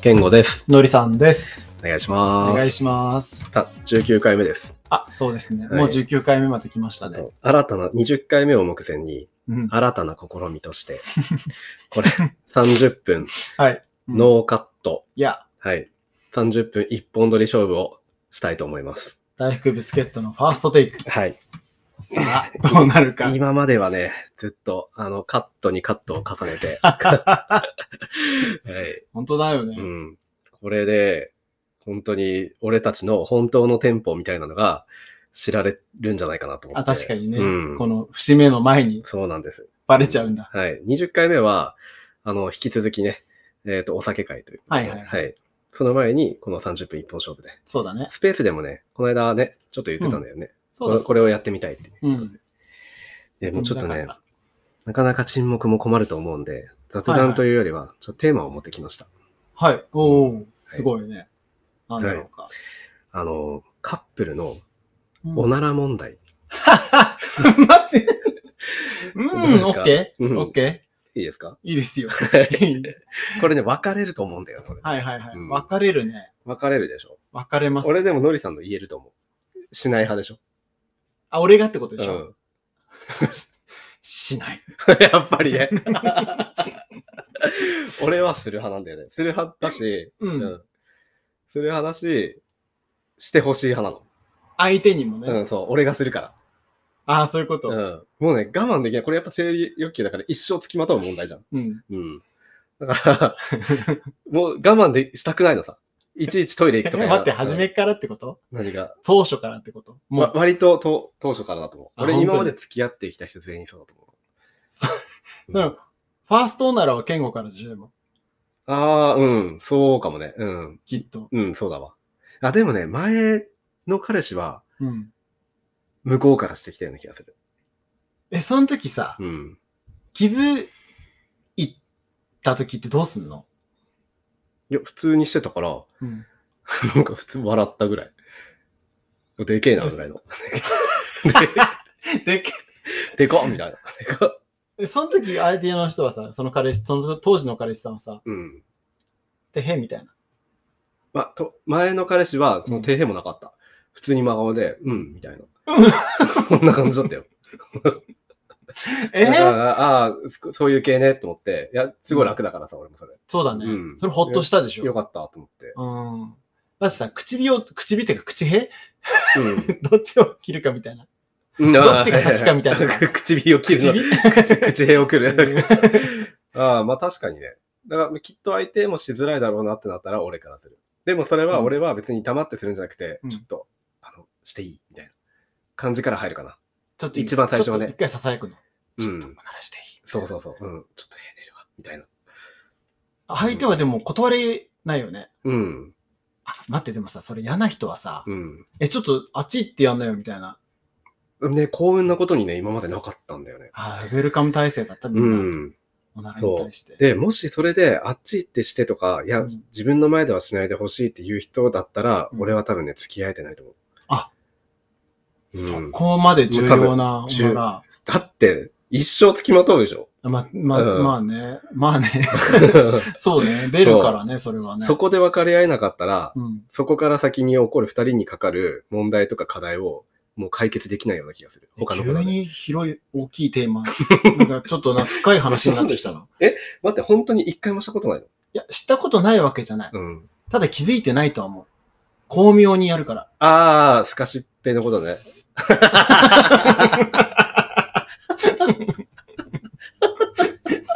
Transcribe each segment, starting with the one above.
健吾です。のりさんです。お願いしおます。願いします。た19回目です。あ、そうですね。はいもう19回目まで来ましたね。新たな、20回目を目前に、うん、新たな試みと して、これ、30分、はい。うんノーカット、いや、はい。30分一本取り勝負をしたいと思います。大福ビスケットのファーストテイク。 はい。さあ、どうなるか。今まではね、ずっと、あの、カットにカットを重ね て、はい。 本当だよね。うん。これで、本当に、俺たちの本当のテンポみたいなのが知られるんじゃないかなと思あ、って。確かにね、うんこの節目の前にそうなんです。バレちゃうんだ。はい。20回目は、あの、引き続きね、えっ、と、お酒会ということではいはいはい。その前に、この30分一本勝負で。そうだね。スペースでもね、この間ね、ちょっと言ってたんだよね。そうこだれこれをやってみたいって。うん。でもうちょっとねだか、なかなか沈黙も困ると思うんで、雑はいは談いというよりは、ちょっとテーマを持ってきました。ら。はい。おお、すごいね。いなんだろうか。あの、カップルのうんおなら問題。待って。 うんどうです、かオッケうーんオッケいいですかーいいですよ。これね、分かれると思うんだよね。これ はいはいはい。うん分かれるね。分かれるでしょ。分かれます。俺でものりさんの言えると思う。しない派でしょ。あ、俺がってことでしょ、うん しない。 やっぱりね。俺はする派なんだよね。する派だし、うう。んん。する派だし、してほしい派相手にもね。なの。うん、そう。俺がするかああ、そういうこと。ら。うん。もうね、我慢できない。これやっぱ生理欲求だから一生つきまとう問題じゃん。うん。うん。だ から、もう我慢でしたくないのさ。いちいちトイレ行くとかやだ 待って、初うんめからってこと何が。当初からってこともわう、割とと当初からだと思う。あ俺本当今にまで付き合ってきた人全員そうだと思う。 そううんだからファーストオナラは健吾からでしょ、でもああ、うん。そうかもね。うん。きっと。うん、そうだわ。あ、でもね、前の彼氏はうん。向こうからしてきたような気がする。え、その時さ、うん。気づいた時ってどうすんのいや、普通にしてたから、 うん。なんか普通に笑ったぐらい。でけえな、ぐ らいの。で、けでかっみたいな。でかっえその時相手の人はさ、その彼氏、その当時の彼氏さんはさ、うん。てへんみたいな。まあ、と、前の彼氏は、その底辺もなかった。普通に真顔で、うん、みたいな。こんな感じだったよ。 えだからああ、そそういう系ね、と思って。いや、すごい楽だからさ、俺もそれ。そうだね、うんそれほっとしたでしょ。よかった、と思って。うん。まずさ、唇を、唇っていうか口へうんどっちを切るかみたいな。うん。どっちが先かみたい な唇を切るの。 唇 口、口へ送うるん。 ああ、まあ確かにね。だからきっと相手もしづらいだろうなってなったら俺からする。でもそれはうん俺は別に黙ってするんじゃなくて、うんちょっと、あの、していいみたいな感じから入るかな。ちょっといい一番最初はねちょっと一回囁くの。うちょっとん。鳴らしていい、そうそうそう。うん。ちょっと部屋出るわ。みたいな。相手はでも断れないよね。うん。あ、待って、でもさ、それ嫌な人はさ、うえ、ちょっとあっち行ってやんなよみたいな。ん。ね、幸運なことにね、今までなかったんだよね。あーウェルカム体制だったみうんな、ん。お腹に対して。で、もしそれで、あっち行ってしてとか、いや、うん自分の前ではしないでほしいっていう人だったら、うん俺は多分ね、付き合えてないと思う。あうん、そこまで重要な多分お重なら。だって、一生付きまとうで しょ。 ま、ま、うんまあね。ま あね。そうね。出るからね、それはね。そこで分かり合えなかったら、うん。そこから先に起こる二人にかかる問題とか課題をもう解決できないような気がする。他の子急だね。に広い、大きいテーマ。なんかちょっとな深い話になってきた の。待って、本当に一回もしたことないいや、したことないわけじゃない。のうん。ただ気づいてないとは思う。巧妙にやるから。あー、すかしっぺのことね。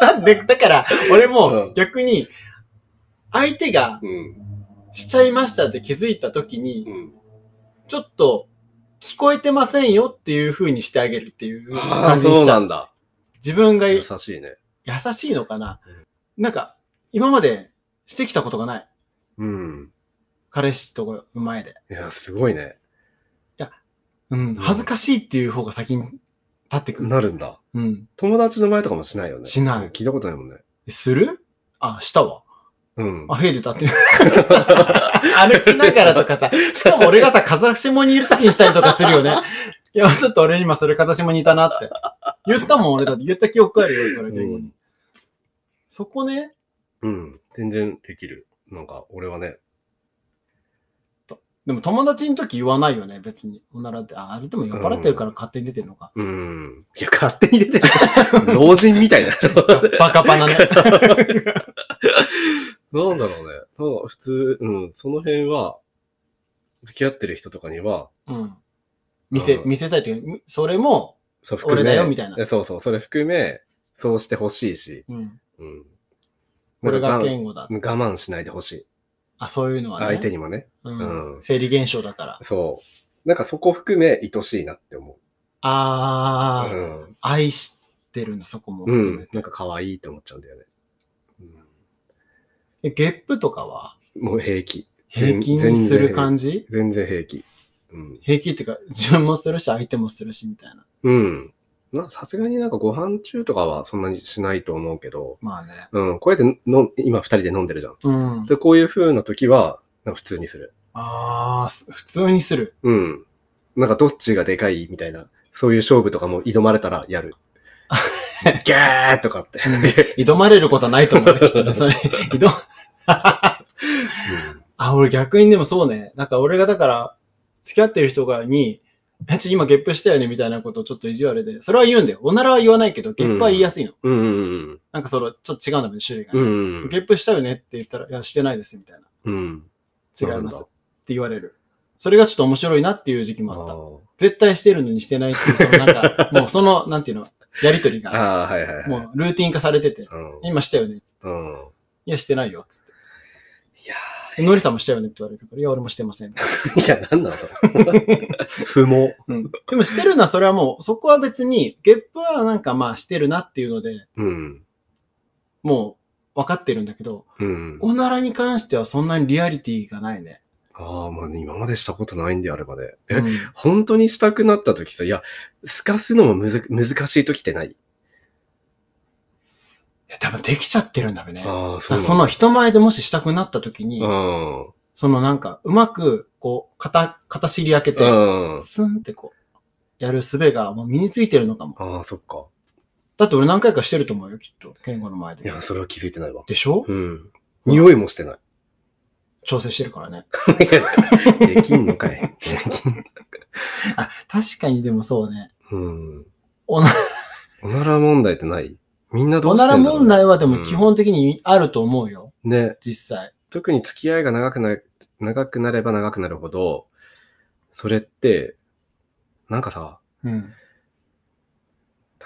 だでだから、俺うもん逆に、相手がうん。しちゃいましたって気づいた時に、うん。ちょっと聞こえてませんよっていう風にしてあげるっていうあ感ー、じにそうしちなゃう。んだ。自分が優優しいね。しいのかななんか、今までしてきたことがない。うん。彼氏とか前で。いや、すごいね。うん、恥ずかしいっていう方が先に立ってくる。なるんだ。うん。友達の前とかもしないよね。しないうん聞いたことないもんね。するあ、したわ。うんあ、。ヘイで立ってる。 歩きながらとかさ、しかも俺がさ、風下にいる時にしたりとかする よね。いや、ちょっと俺今それ風下にいたなって。言ったもん、俺だって。言った記憶あるよ、それで。 うんそこね。うん。全然できる。なんか、俺はね、でも友達の時言わないよね、別に。おならって。あ、あれでも酔っ払ってるから勝手に出てるのか。うん。いや、勝手に出てる。老人みたいだな。バカバナ ね。なんだろうね。なんか普通、うん、その辺は、付き合ってる人とかには、うん。見せ、うん見せたいというか、それも、そう俺だよみたいなえそうそう、それ含め、そうしてほしいし、うん。うん。これながんか言語だ。我慢しないでほしい。あ、そういうのはね。相手にもね。うんうん生理現象だから。そう。なんかそこ含め、愛しいなって思う。あうー、ん。愛してるんだ、そこも。うん。なんか可愛いと思っちゃうんだよね。えゲップとかはうん、もう平気。平均全に然する感じ全然平気。うん。平気っていうか、自分もするし、相手もするし、みたいな。うん。なんかさすがになんかご飯中とかはそんなにしないと思うけど、まあね。うん、こうやっての今二人で飲んでるじゃん。うん。で、こういう風な時は、なんか普通にする。あー、す普通にする。うん。なんかどっちがでかいみたいな、そういう勝負とかも挑まれたら やる。ギャーとか って。挑まれることはないと思うね、きっとね。 それ、挑、うんあ、俺逆にでもそうね。なんか俺がだから、付き合ってる人がに、え、ちょ、今ゲップしたよね、みたいなことをちょっと意地悪で。それは言うんだよ。おならは言わないけど、ゲップは言いやすいの。うんうんなんかその、ちょっと違うんだもん、種類がうね、ん。うんゲップしたよねって言ったら、いや、してないです、みたいな。うん。違いまなす。んっだて言われる。それがちょっと面白いなっていう時期あもあった。ー絶対してるのにしてないっていう、そのなんか、もうその、なんていうの、やりとりが、 あー、はいはいはい。もうルーティン化されてて、うん今したよね。うん。 いや、してないよ。つっいやて。ノリさんもしたよねって言われるから、いや、俺もしてません。ー、いや、なんなのそ れ不毛。でもしてるのはそれはもう、そこは別に、ゲップはなんかまあしてるなっていうので、うん。もう分かってるんだけど、うん。おならに関してはそんなにリアリティがないね。ああ、まあね、今までしたことないんであればね。え、うん本当にしたくなった時さ、いや、すかすのもむず難しい時ってないいや多分できちゃってるんだべね。だかああ、そらうその人前でもししたくなった時に、の。そのなんか、うまく、こう、片、片尻開けうて、ん。うん。スンってこう、やる術がもう身についてるのかも。ああ、そっか。だって俺何回かしてると思うよ、きっと。言語の前いでや、。それは気づいてないわ。でしょうん。匂いもしてない。 調整してるからね。できんのかい。 あ、確かにでもそうね。うん。おなおなら問題ってないみんなどおうしなてらんだろう問ね題はでも基本的にあると思うよ、ね。実際。特に付き合いが長くな、長くなれば長くなるほど、それって、なんかさ、うん。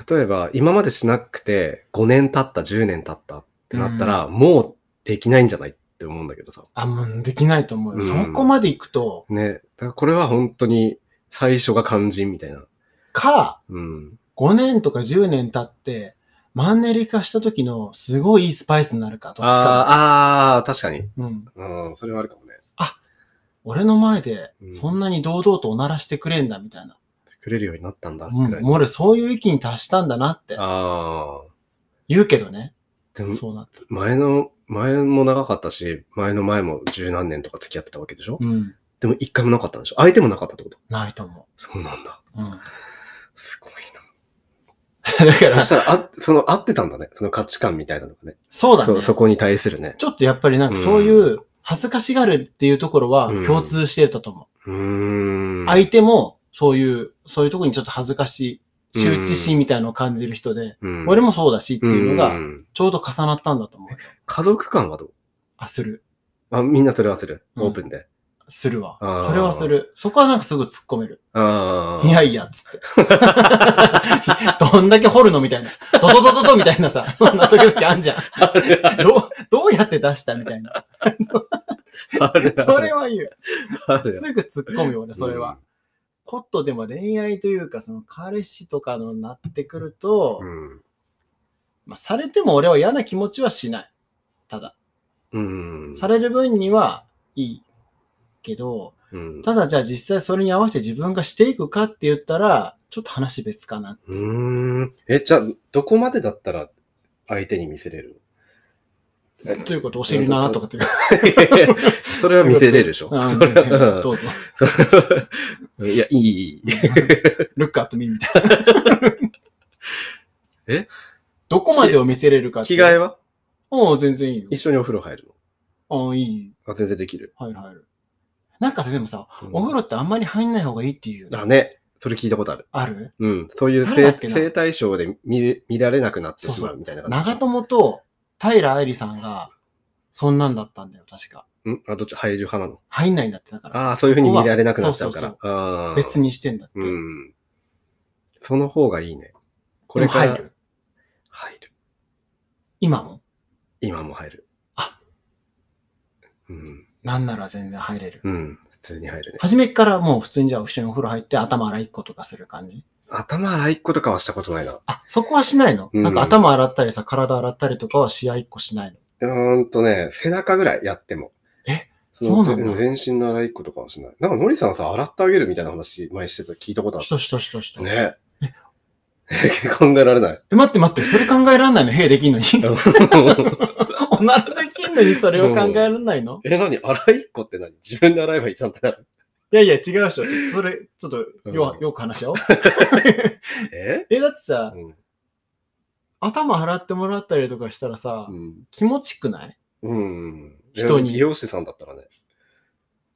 例えば今までしなくて5年経った、10年経ったってなったら、もうできないんじゃないって思うんだけどさ。あ、もうできないと思うよ。うんそこまで行くと、ね。だからこれは本当に最初が肝心みたいな。か、うん。 5年とか10年経って、マンネリ化した時のすごいいいスパイスになるか、どっちかあーあー、確かに。だ。うん。うん、それはあるかもね。俺の前でう、んそんなに堂々とおならしてくれんだ、みたいな。くれるようになったんだ、うん。くらい。もう俺そういう域に達したんだなってああ。言うけどね。でも、そうなって。前の、前も長かったし、前の前も十何年とか付き合ってたわけでしょ、うん。でも一回もなかったんでしょ相手もなかったってことないと思そうなんだ。う。うん。 だすごいかな。らそし、たら、あ、その、合ってたんだね。その価値観みたいなのがね。そうだそね。うそこに対するね。ちょっとやっぱりなんかそういう恥ずかしがるっていうところはうん共通してたと思う。うーん。相手もそういう、そういうところにちょっと恥ずかしい、羞恥心みたいなのを感じる人で、うん、俺ももそうだしっていうのが、ちょうど重なったんだと思うよ。家族間はどうあ、する。あ、みんなそれはする。うんオープンで。するわあ。ーそれはする。そこはなんかすぐ突っ込める。ああ。いやいや、つって。 どんだけ掘るのみたいな。ドドドドドみたいなさ。そんな時々あんじゃん。ある、どう、どうやって出したみたいな。ある。 それは言う。ある、すぐ突っ込むよね、それは。コットでも恋愛というか、その彼氏とかのなってくると、うん。うん。まあ、されても俺は嫌な気持ちはしない。ただ、うん。される分にはいいけど、うんただじゃあ実際それに合わせて自分がしていくかって言ったら、ちょっと話別かな。うーん。え、じゃあ、どこまでだったら相手に見せれ るということ、お尻の穴とかっていうか。それは見せれるでしょ。うん全然ど うぞ。それは いや、いい、いい。ルックアットミーみたいな。えどこまでを見せれるかって着替えはうん全然いいよ。一緒にお風呂入るああ、いい。あ全然できる。入る入る。なんかさ、でもさ、うんお風呂ってあんまり入んない方がいいっていうよね。だね。それ聞いたことある。あるうん。そういう誰だ生っけな生体症で見れ見られなくなってしまうみたいな感じ。長友と平愛理さんが、そんなんだったんだよ、確か。んあ、どっち入る派なの入んないんだって、だから。ああ、そういうふうに見られなくなっちゃそうこかはら。そうそうあそあう別にしてんだって。うん。その方がいいね。ここれれから入る。入る。今も今も入る。あうん。なんなら全然入れる。うん。普通に入るね。初めっからもう普通にじゃあ一緒にお風呂入って頭洗いっことかする感じ頭洗いっことかはしたことないな。あ、そこはしないの、うんなんか頭洗ったりさ、体洗ったりとかは試合一個しないのうーんとね、背中ぐらいやっても。えのそうなんだ全全身の洗いっことかはしない。なんか、のりさんさ、洗ってあげるみたいな話、前してた、聞いたことあしとしとしとしと。る。ねえ。 考えられない。え、待って待って、それ考えらんないのへえできんのに。 おならできんのにそれを考えらんないの、え、何洗いっこって何自分で洗えばいいじゃんってなる。いやいや、違うでしょ。それ、ちょっと、よう、んよく話 し合おう。ええ、だってさう、ん。頭洗ってもらったりとかしたらさ、うん気持ちくないうん。人に美容師さんだったらね。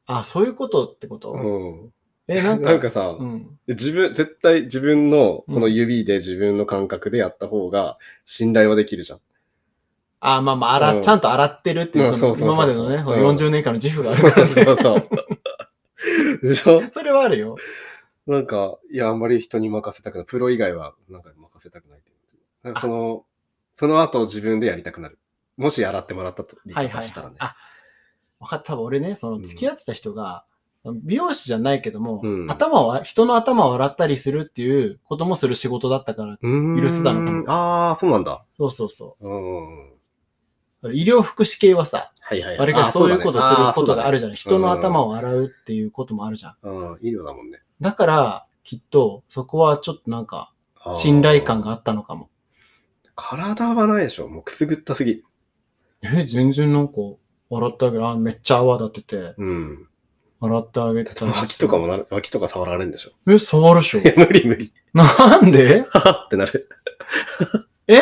あ、そういうことってこと、うん。え、なんか、なんかさ、うん。自分、絶対自分の、この指で自分の感覚でやった方が信頼はできるじゃん。あ、まあまあ、洗っうんちゃんと洗ってるっていう、うんそのそうそうそうそう今までのね、そのうん40年間の自負があそうるかそらうね。そうそう。でしょ それはあるよ。なんか、いや、あんまり人に任せたくない。プロ以外は、なんか任せたくないっていうなんかその、その後自分でやりたくなる。もし洗ってもらったと、はいはい、はいしたらね。あ、分かった。多分俺ね、そうんの付き合ってた人が、美容師じゃないけども、うん頭は、人の頭を洗ったりするっていうこともする仕事だったから、うーん許せたのかもああ、そうなんだ。そうそうそううんうんうん。。だから医療福祉系はさ、はいはい。あれがそういうことすることがある。るじゃない、人の頭を洗うっていうこともあるじゃん。あーそうだねうん、医療だもんね。だから、きっと、そこはちょっとなんか、あー信頼感があったのかも。体はないでしょ。もうくすぐったすぎ。え、全然なんか、洗ってあげる。あ、めっちゃ泡立てて、うん。洗ってあげてたんです脇けとどかもなる、脇とか触られるんでしょ。え、触るで しょいや、無理無理。なんでははってな る。え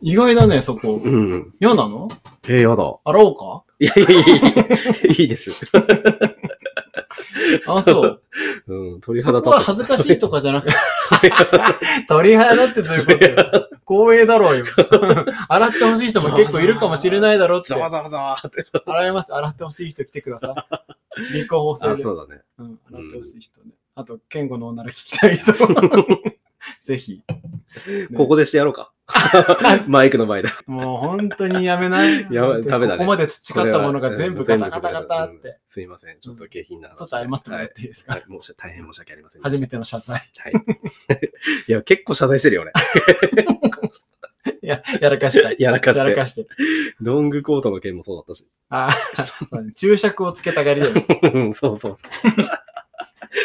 意外だね、そこ。うん。嫌なのえー、やだ。洗おうかいやいやいやいや いいです。あ、そう。うん、鳥そ肌こ立は恥ずかしいとかじゃなくて。鳥肌ってどういうことよ光栄だろ うよ。洗ってほしい人も結構いるかもしれないだろうってざ。わざわざわって。洗います。洗ってほしい人来てください。立候補制あ、で。そうだね。うん、洗ってほしい人ね。あと、健吾の女ら聞きたい人はぜひ。ねここでしてやろう か。マイクの前で。もう本当にやめない。やばいダメだねここまで培ったものが全部これガはタガタガタっ。うんて。すいません。ちょっと下品な話ちょっと謝ってもらはっいていいですかはい申し訳大変申し訳ありませんで初しめての謝罪。た。はい。 いや、結構謝罪してるよ、俺。いや、やらかしたい。やらかしやらてか。して。ロングコートの件もそうだったし。 あー そうね注釈をつけたがりだよね。うんそうそう。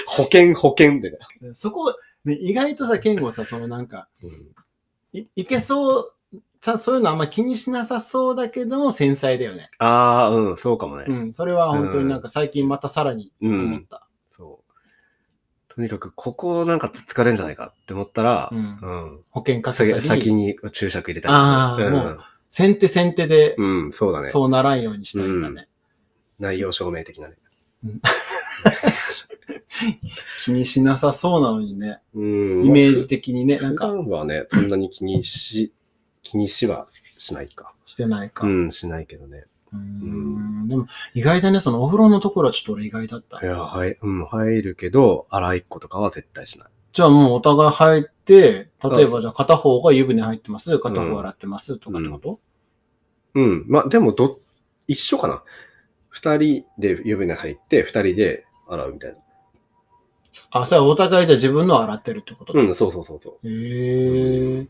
保険、保険でね。そこ、ね、意外とさ、健吾さ、そのなんか、うんいいけそう、ちゃんそういうのあんま気にしなさそうだけども繊細だよね。ああ、うん、そうかもねう。ん、それは本当になんか最近またさらにう思っん。た。そう。とにかく、ここなんか疲れんじゃないかって思ったらう、んうん。保険かけた先り、先に注釈入れたあーもう先手先手でうん、うん、そうだね。そうならんようにしたいんだね。内容証明的なね。気にしなさそうなのにね、うん。イメージ的にね、なまあ。ん普か段はね、そんなに気に し、気にしはしないか。してないか。う、うんしないけどね。ーんでも意外だね、そのお風呂のところはちょっと俺意外だったい。や、はい、うん、入るけど、洗いっことかは絶対しない。じゃあもうお互い入って、例えそばじゃあ片方が湯船入ってます、片方洗ってますとかってこと、うん。まあ、でも、ど、一緒かな。二人で湯船入って、二人で洗うみたいな。あ、それはお互いじゃあ自分のを洗ってるってこと、うへん、そうそうそうそえ。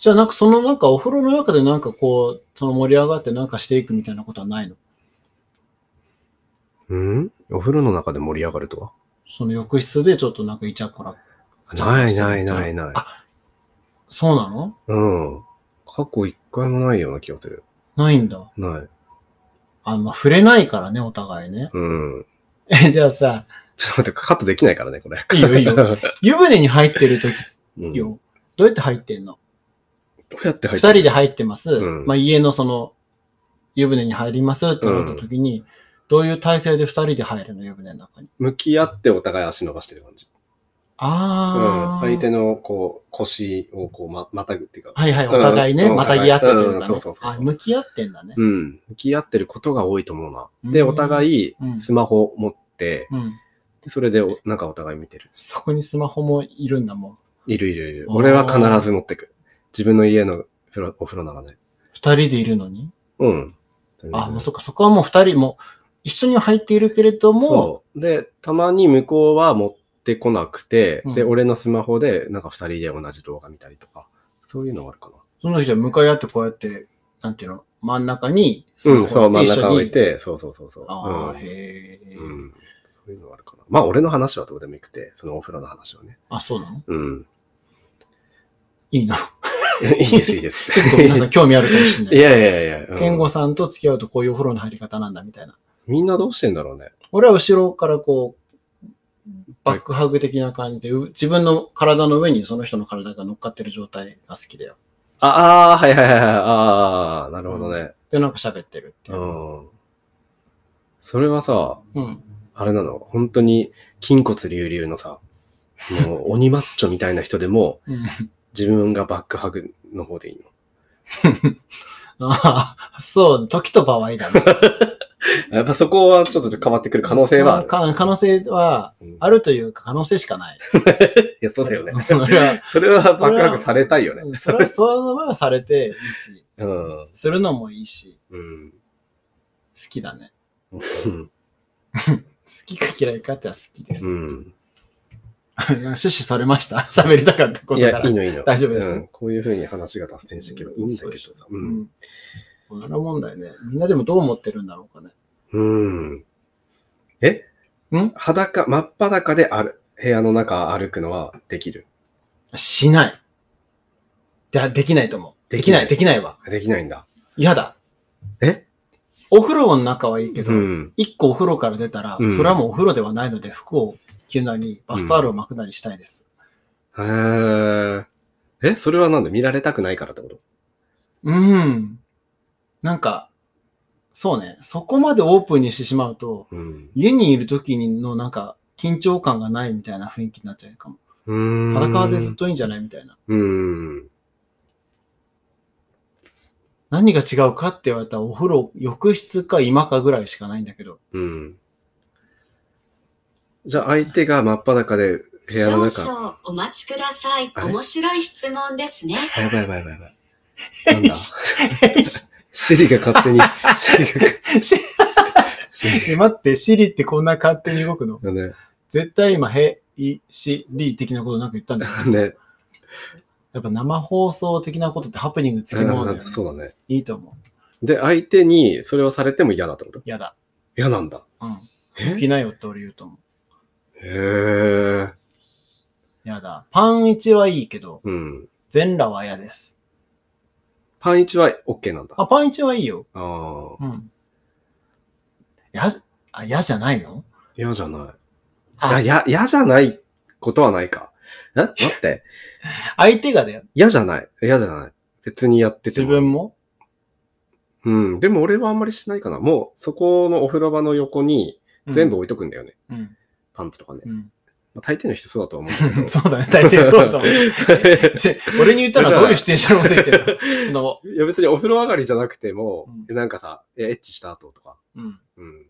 じゃあなんかそのなんかお風呂の中でなんかこう、その盛り上がってなんかしていくみたいなことはないのう。うんお風呂の中で盛り上がるとはその浴室でちょっとなんかイチャコラ。ないないないない。そうなのうん。過去一回もないような気がする。ないんだ。ない。あ、まあ触れないからね、お互いね。 うん。え、じゃあさ、ちょっと待って、カットできないからね、これ。いいよいいよ。湯船に入ってる時 うん、よ、どどうやって入ってんのうやって入二って人で入ってます。うんまあ家のその、湯船に入りますってなった時に、どういう体勢で二人で入るの湯船の中に。向き合ってお互い足伸ばしてる感じ。うんああ、。相手のこう腰をこうままたぐっていうか、はいはい、お互いね、うんまたぎ合ってといううんかそうねそう。そうあそう向き合ってんだね。うん、向き合ってることが多いと思うな。で、うんお互いうんスマホ持って、うん。それでおなんかお互い見てる。そこにスマホもいるんだもん。いるいるいる。あー俺は必ず持ってく。自分の家の風呂お風呂ならね。二人でいるのに。うん。あ、もうそっか、そこはもう二人も一緒に入っているけれども、そう。で、たまに向こうは持ってこなくて、うんで、俺のスマホでなんか二人で同じ動画見たりとか、そういうのはあるかな。その人は向かい合ってこうやって、なんていうの、真ん中にスうマん、そう、ホ真でん一緒中に。置いて、そうそうそうそう。ああ、うんへえ、うん。そういうのはあるかな。まあ、俺の話はどうでもよくて、そのお風呂の話はね。あ、そうなの うん。いいな。いいです、いいです。結構皆さん興味あるかもしれないい。やいやいや。うん健吾さんと付き合うとこういうお風呂の入り方なんだみたいな。みんなどうしてんだろうね。俺は後ろからこう、バックハグ的な感じで、う自分の体の上にその人の体が乗っかってる状態が好きだよ。ああー、はいはいはいはい。ああ、なるほどね。で、なんか喋ってるっていうう。ん。それはさ、うん。あれなの、本当に筋骨隆々のさ、もう鬼マッチョみたいな人でも、うん、 自分がバックハグの方でいいああ、そう、時と場合だね。の。やっぱそこはちょっと変わってくる 可能性はある。か可能性は、うんあるというか可能性しかないい。や、そうだよね。 そ れは、それはバックハグされたいよね。それは、その場はされていいし、うん。するのもいいし、うん。好きだね。うん好きか嫌いかっては好きです。うん。 趣旨それました喋りたかったこいとかや、ら。いいのいいの。大丈夫ですうんこういうふうに話が脱線していけばいいんだけどさ。う。うんん。そんな問題ね。みんなでもどう思ってるんだろうかね。うん。えん裸、真っ裸である、部屋の中歩くのはできる。しない。でできないと思う。ででききなないい、できないわ。できないんだ。嫌だ。えお風呂の中はいいけど、うん。一個お風呂から出たら、うんそれはもうお風呂ではないので、服を着るなり、バスタオルを巻くなりしたいです。へーえ、それはなんで見られたくないからってことうん。なんか、そうね、そこまでオープンにしてしまうと、うん。家にいる時のなんか、緊張感がないみたいな雰囲気になっちゃうかも。うーん裸でずっといいんじゃないみたいな。うん。何が違うかって言われたら、お風呂、浴室か今かぐらいしかないんだけど。うん。じゃあ相手が真っ裸で部屋の少中。々お待ちください。あれ面白い質問ですね。やばいやばいやばいやばい。なん だ待シリが勝手に、シリが、シリって、シリってこんな勝手に動くのがね、絶対今、へ、い、し、り的なことなんか言ったん だよ。ね、やっぱ生放送的なことってハプニングつきものだようんね。そうだね。いいと思う。で、相手にそれをされても嫌だってことやだ。嫌なんだ。うえん。起きなよって俺言うと思う。へえ。やだ。パン1はいいけど、うん。全裸は嫌です。パン1は OK なんだ。ああ、パン1はいいよ。あー。うん。や、あ、嫌じゃないの嫌じゃない。あ、あ、や、嫌じゃないことはないか。な、待って。相手がだよ。嫌じゃない。嫌じゃない。別にやってて自も。分もうん。でも俺はあんまりしないかな。もう、そこのお風呂場の横に全部。置いとくんだよね。うん。パンツとかね。うん。まあ、大抵の人そうだとは思うんだけ うんど。 そうだね。大抵そうだもん。 ち俺に言ったらどういうシチュエーションのこと言ってる のいや別にお風呂上がりじゃなくても、うなんかさ、いやエッチした後とか、の、うん。うん。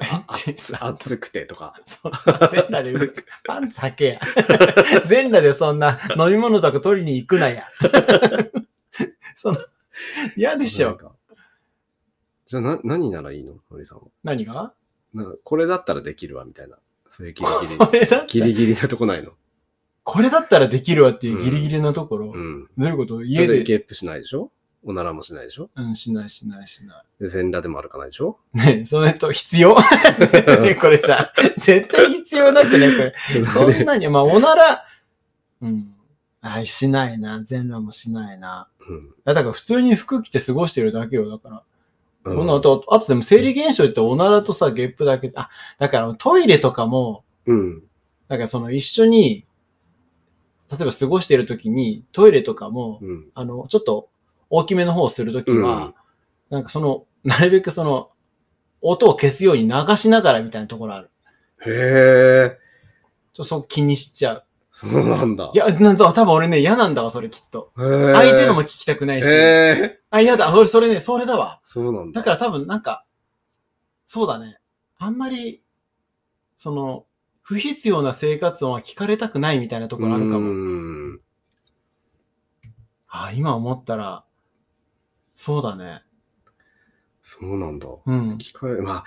ああ小さい暑くてとか。 そう全裸で、パンツ履けや。 全裸でそんな飲み物とか取りに行くなや。 その、嫌でしなんょ。かじゃあな、何ならいいの堀さんは。何がなこれだったらできるわ、みたいな。そういうギリギリ こ。れだったギらリギリなとこないの。これだったらできるわっていうギリギリなところ。うん。どういうこと家家でで。ゲップしないでしょおならもしないでしょうん、しないしないしなで全裸でも歩かないでしょい。ねえそのと必 要ねこれさ、絶対必要なくね、これ。そ んなに、まあ、おなら、うん。はい、しないな。全裸もしないな。うん。だから普通に服着て過ごしてるだけよ、だから。うんこんなあと、あとでも生理現象っておならとさ、ゲップだけ、あ、だからトイレとかも、うん。なんかその一緒に、例えば過ごしてる時に、トイレとかも、うん。あの、ちょっと大きめの方をするときは、なんかその、 なるべくその、音を消すように流しながらみたいなところある。へえ、ちょっとそう気にしちゃう。そうなんだ。いや、なんぞ、多分俺ね、嫌なんだわ、それきっと。相相手のも聞きたくないし。へえ、あ、嫌だ、俺、それね、それだわ。そうなんだ。だから多分なんか、そうだね。あんまり、その、不必要な生活音は聞かれたくないみたいなところあるかも。も。あ、今思ったら、そうだね。そうなんだ。うん。聞こえる。ま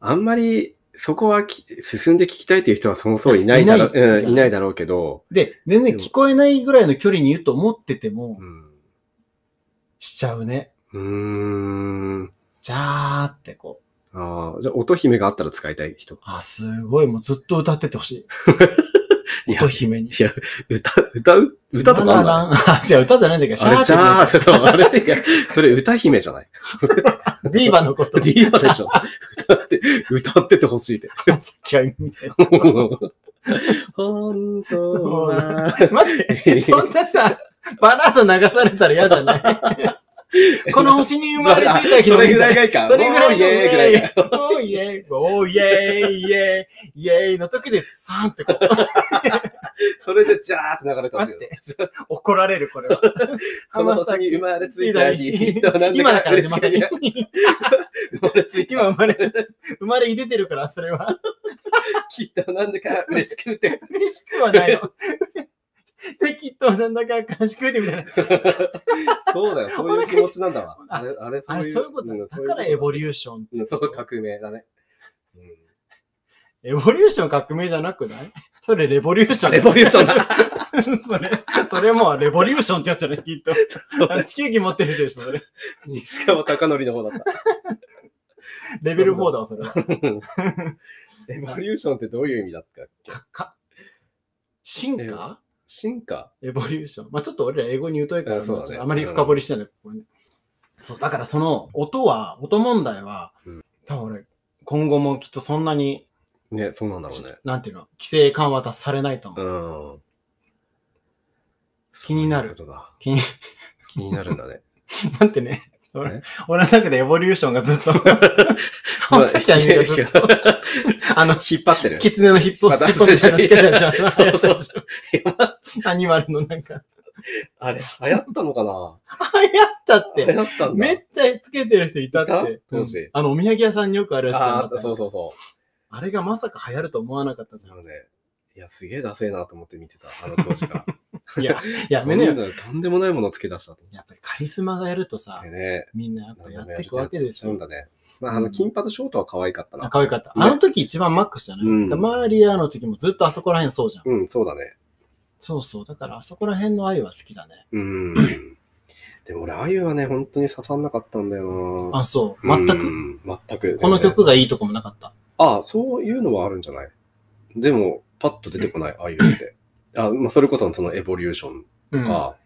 あ、あんまり、そこはき進んで聞きたいという人はそもそもいないだろいないじゃうんんいないだろうけど、で、全然聞こえないぐらいの距離にいると思っててもう、ん。しちゃうね。うーんじゃーってこう。あーじゃあ、音姫があったら使いたい人。あ、すごい、もうずっと歌っててほしい。いや音姫に。歌、歌う歌とかあんだ、ね、ララランあ、違う、歌じゃないんだけど、シャあーれ、ってじね、ゃあ、ちょっと、あれ、 いやそれ歌姫じゃない。ディーバのこと。ディーバでしょ。歌って、歌っててほしいって。さっきはみたいな。 本当は。 待って、そんなさ、バラード流されたら嫌じゃないこの星に生まれついたそ広れげぐらいさがいいか。それぐらいおーイエーイぐらいがいい。おーイェイ、おーイェイ、イェイ、イェイの時でサーンってこう、それで、じゃーって流れてほしい待っよ。て、怒られる、これは。この星に生まれついた日と なん今だから出ません。生 まれついて今生まれ、生まれい出てるから、それは。きっとなんだか嬉しくて。嬉しくはないの。 で、きっとなんだか悲しくてみたいな。 そうだよ、そういう気持ちなんだわ。ああれ、あれ、そあうれ、いう。そういうことんだ。だからエボリューションってうんそう、革命だね。エボリューション革命じゃなくないそれレボリューション。レボリューションだ。それ、それもうレボリューションってやつじゃないきっと。あの地球儀持ってる人でしょ、それ。うん西川貴教の方だった。レベル4だわ、それは。エボリューションってどういう意味だったっけか、か、進化進化エボリューション。まあちょっと俺ら英語に疎いから、あそうだねちょっとあまり深掘りしてない、ここねそう、だからその音は、音問題は、うん多分俺、今後もきっとそんなに、ね、そうなんだろうね。なんていうの、規制緩和達されないと思う。うん。気になそういうる。ことだ気に、 気になるん だね。なんてね。俺え俺の中でエボリューションがずっと。 まあさっきは 言うけどずっとあの、引っ張ってる。狐のヒップホップ尻尾みたいなのつけたでしょそうそうそうアニマルのなんか。あれ、流行ったのかな流行ったっ流て。行ったんだ。めっちゃつけてる人いたっいたて。当時あの、お土産屋さんによくあるやつじゃあなあかー、ったそうそうそあれがまさか流行ると思わなかったう。じなゃので、いや、すげえダセえなと思って見てた、あの当時から。ん。いや、 やめねよ。よ。とんでもないものをつけ出したと思やっぱりカリスマがやるとさって、ね。みんなやっぱやっていくわけですそうよ。だね。まあ、あの、金髪ショートは可愛かったあ、な。可愛かった。ねあの時一番マックスじゃない、うんマーリアの時もずっとあそこら辺そうじゃん。うん、そうだね。そうそう。だからあそこら辺の愛は好きだね。 うん。でも俺、あゆはね、本当に刺さんなかったんだよな。あ、そう。全うく。ん全く。この曲がいいとこもなかった。ああ、そういうのはあるんじゃないでも、パッと出てこない、ああいうのって。あまあ、それこそそのエボリューションうんとか、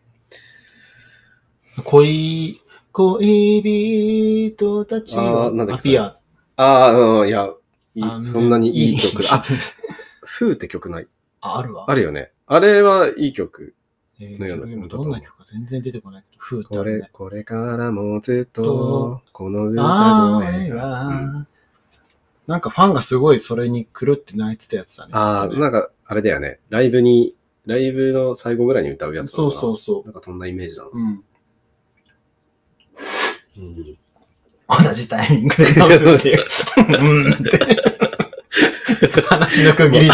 恋、恋人たちあーなんだっは、けピアーズ。ああ、うん、いや、いいあそんなにいい曲だ。ああ、、フーって曲ないああるわ。あるよね。あれはいい曲。えーのようなでもどんな曲か全然出てこないけど、ふーってこあるれ、ね。これからもずっとと、この歌あ声ーが。うんあーなんかファンがすごいそれに狂って泣いてたやつだね。ああ、きっとねなんか、あれだよね。ライブに、ライブの最後ぐらいに歌うやつ。そうそううそなんかそんなイメージだな。う。うん。うん、同じタイミングで歌うっていう。うんって。話の区切りで。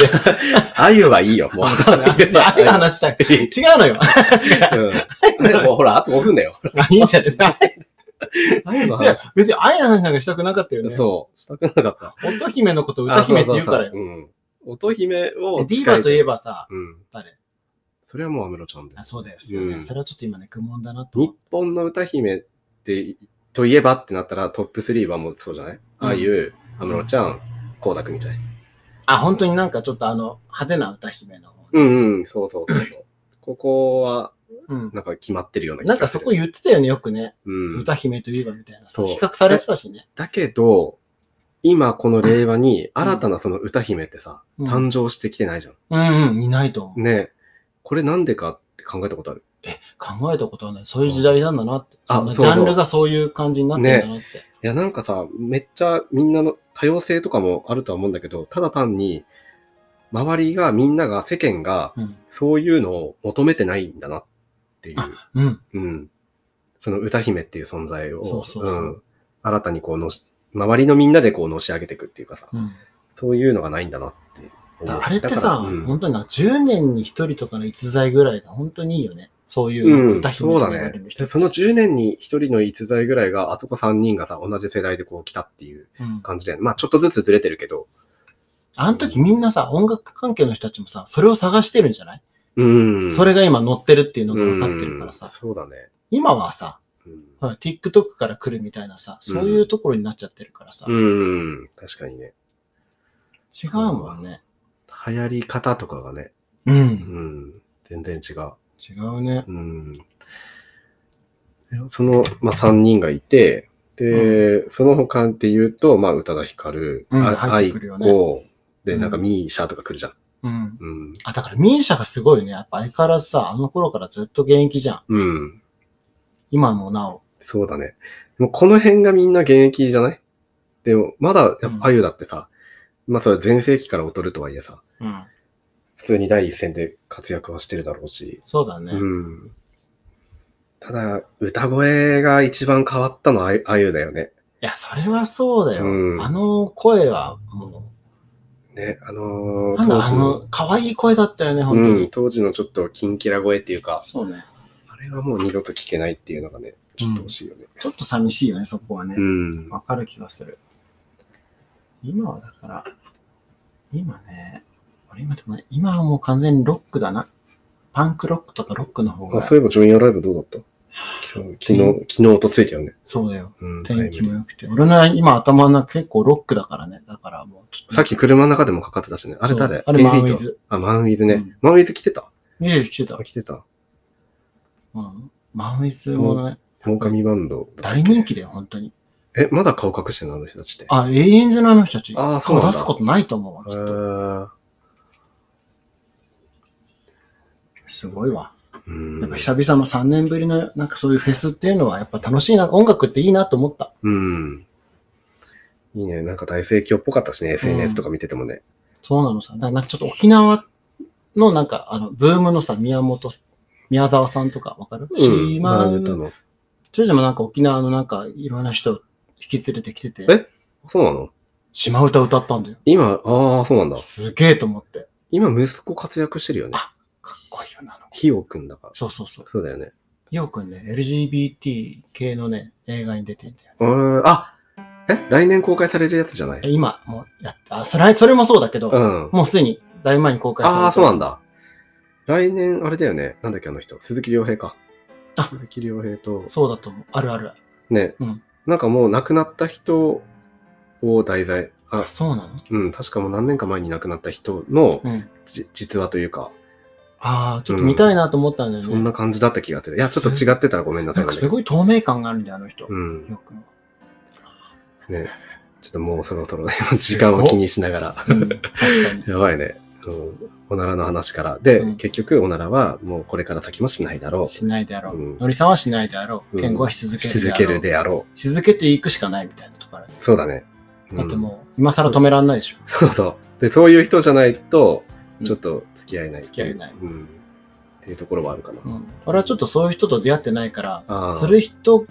あゆはいいよ、もう。そうね。いやあれの話 したい。違うのよ。うん。でもうほら、あと5分だよ。あいいんじゃないあゆのじゃ話。あ別に愛の話なんかしたくなかったよね。そう。したくなかった。乙姫のこと歌姫って言うからあよ。そうそうそううん。乙姫を。ディーバといえば。ばさ、うん。誰それはもう安室ちゃんであ。そうですよね、うんそれはちょっと今ね、愚問だなと。日本の歌姫って、といえばってなったらトップ3はもうそうじゃないあゆ、安室ちゃん、光沢みたい。あ、本当になんかちょっとあの、派手な歌姫の方。うんうん、そうそうそうそう。ここは、うん。なんか決まってるような気なんがかすそるこ言ってたよね、よくね。うん。歌姫といえばみたいなさ。そう比較されてたしね。だけど、今この令和に新たなその歌姫ってさ、うん誕生してきてないじゃん。うんうん、いないと思う。ねえこれなんでかって考えたことある考えたことはない。そういう時代なんだなって。あそんなジそうそうャンルがそういう感じになってんだなって。いや、なんかさ、めっちゃみんなの多様性とかもあるとは思うんだけど、ただ単に、周りが、みんなが、世間が、うん。そういうのを求めてないんだなっていう。うん。うん。その歌姫っていう存在を、、そうそうそうん新たにこうのし、周りのみんなでこうのし上げていくっていうかさ、うん、そういうのがないんだなって思うだあれってさ、だからうん本当にな、10年に1人とかの逸材ぐらいだ。本当にいいよね。そういううん、歌そ姫うとだか言われねる。人。でその10年に1人の逸材ぐらいが、あそこ3人がさ、同じ世代でこう来たっていううん感じで、まあちょっとずつずれてるけど、あの時みんなさ、音楽関係の人たちもさ、それを探してるんじゃない、うん。それが今乗ってるっていうのがが分かってるからさ、そうだね。今はさ、うんほら TikTok から来るみたいなさ、そういうところになっちゃってるからさ、うん、確かにね。違うもんね。流行り方とかがね、うう。んん、全然違う。違うね。うん。その、まあ、3人がいて、で、その他って言うと、まあ、宇多田ヒカル、うんあ入っいてくるよねこ、で、うんなんかミーシャとか来るじゃん。うん。うん。あ、だからミーシャがすごいよね。やっぱ相変わらずさ、あの頃からずっと現役じゃん。うん。今もなお。そうだね。もうこの辺がみんな現役じゃないでも、まだう、んあゆだってさ、まあ、それは全盛期から劣るとはいえさ、うん。普通に第一線で活躍はしてるだろうし、そうだね。うん。ただ、歌声が一番変わったのはあゆあゆだよね。いや、それはそうだよ。うんあの声はもね、あのう、ーなんだ、当あ時のの、可愛い声だったよね、本当に。うん、当時のちょっとキンキラ声っていうか、そうね。あれはもう二度と聞けないっていうのがね、ちょっと惜しいよね。ちょっと寂しいよね、そこはね。んわかる気がする。今はだから、今ね、俺今でもね、今はもう完全にロックだな。パンクロックとかロックの方が。あそういえば、ジョイアンライブどうだった今日昨日、昨日とついたよね。そうだよ。うん、タイ天ム気リもー良くて。俺の今頭の中結構ロックだからね。だからもうちょっと。さっき車の中でもかかってたしね。あれ誰そうあれテイビーマンウィトズあ、マンウィズね。うんマンウィズ来てた見てきてたあ、。来てた。うん。マンウィズもね、モーカミバンド。大人気だよ、本当に。え、まだ顔隠してるのあの人たちって。あ、永遠じゃないあの人たち。あーそう顔なんだ出すことないと思うわ、へきっと。ーすごいわ。うんやっぱ久々の3年ぶりのなんかそういうフェスっていうのはやっぱ楽しいな。音楽っていいなと思った。うん。いいね。なんか大盛況っぽかったしね。SNS とか見ててもね。そうなのさ。だからなんかちょっと沖縄のなんかあの、ブームのさ、宮本、宮沢さんとかわかる、島並んでたの。の。ちょいちょいもなんか沖縄のなんかいろんな人引き連れてきてて、えそうなの島唄歌ったんだよ。今、ああ、そうなんだ。すげえと思って。今、息子活躍してるよね。あかっこいいよな。あの子ひよくんだから。そうそうそう。そうだよね。ようくんね、LGBT 系のね、映画に出てんだよ。うーん、あえ来年公開されるやつじゃなえい今、もうやった。あそれ、それもそうだけど、うん。もうすでに、だいぶ前に公開されてああ、そうなんだ。だ。来年、あれだよね。なんだっけ、あの人。鈴木亮平か。あ鈴木亮平と、そうだと思う。あるある。ね。うんなんかもう亡くなった人を題材。ああ、、そうなのうん、確かもう何年か前に亡くなった人のうん。じ実話というか、ああ、ちょっと見たいなと思ったんだよね。そんな感じだった気がする。いや、ちょっと違ってたらごめんなさないんねか。すごい透明感があるんだよ、あの人。うん。よくんはね。ちょっともうそろそろ 時間を気にしながら。うん確かに。やばいね。うん、おならの話から。で、うん結局、おならはもうこれから先もしないだろしないであろう。うんのりさんはしないであろうう。ん健吾はし続う。けしるであろ続う。けるであろし続けていくしかないみたいなところあるう。そうだね。うんだってもう、今更止めらんないでしょ。そうそう。で、そういう人じゃないと、うんちょっと付き合えない、付き合えないうん。っていうところはあるかな。うん。俺はちょっとそういう人と出会ってないかあら、ーする人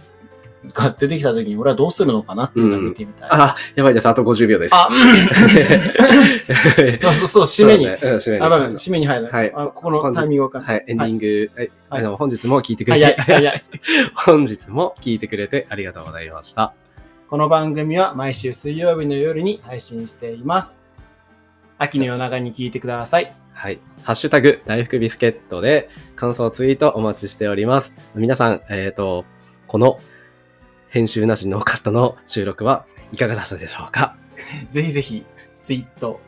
が出てきた時に俺はどうするのかなっていうのを見てみたい。あ、やばいです。あと50秒です。 あ、うんそうそうそう、締めに。そうだねうん締めに。あ、まあまあ締めに入る。はいあ、ここのタイミングわかんない。はい、エンディング。はい。はいあの本日も聞いてくれ早いて、早い。 本日も聞いてくれてありがとうございました。この番組は毎週水曜日の夜に配信しています。秋の夜長に聞いてください。はい。ハッシュタグ、大福ビスケットで感想ツイートお待ちしております。皆さん、えっ、と、この編集なしノーカットの収録はいかがだったでしょうか ぜひぜひ、ツイート、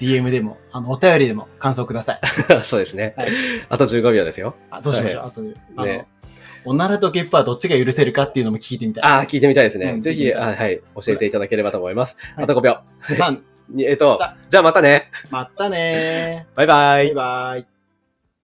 DM でも、あの、お便りでも感想ください。そうですね、はいあと15秒ですよ。あどうしましょう、後で。あの、ねおならとゲップはどっちが許せるかっていうのも聞いてみたい。ああ、聞いてみたいですね。うんぜ聞いひてみあ、たはい、教えていただければと思います。はいあと5秒。さん、えっ、と、じゃあまたね。またねバイバイー。バイ。バイ。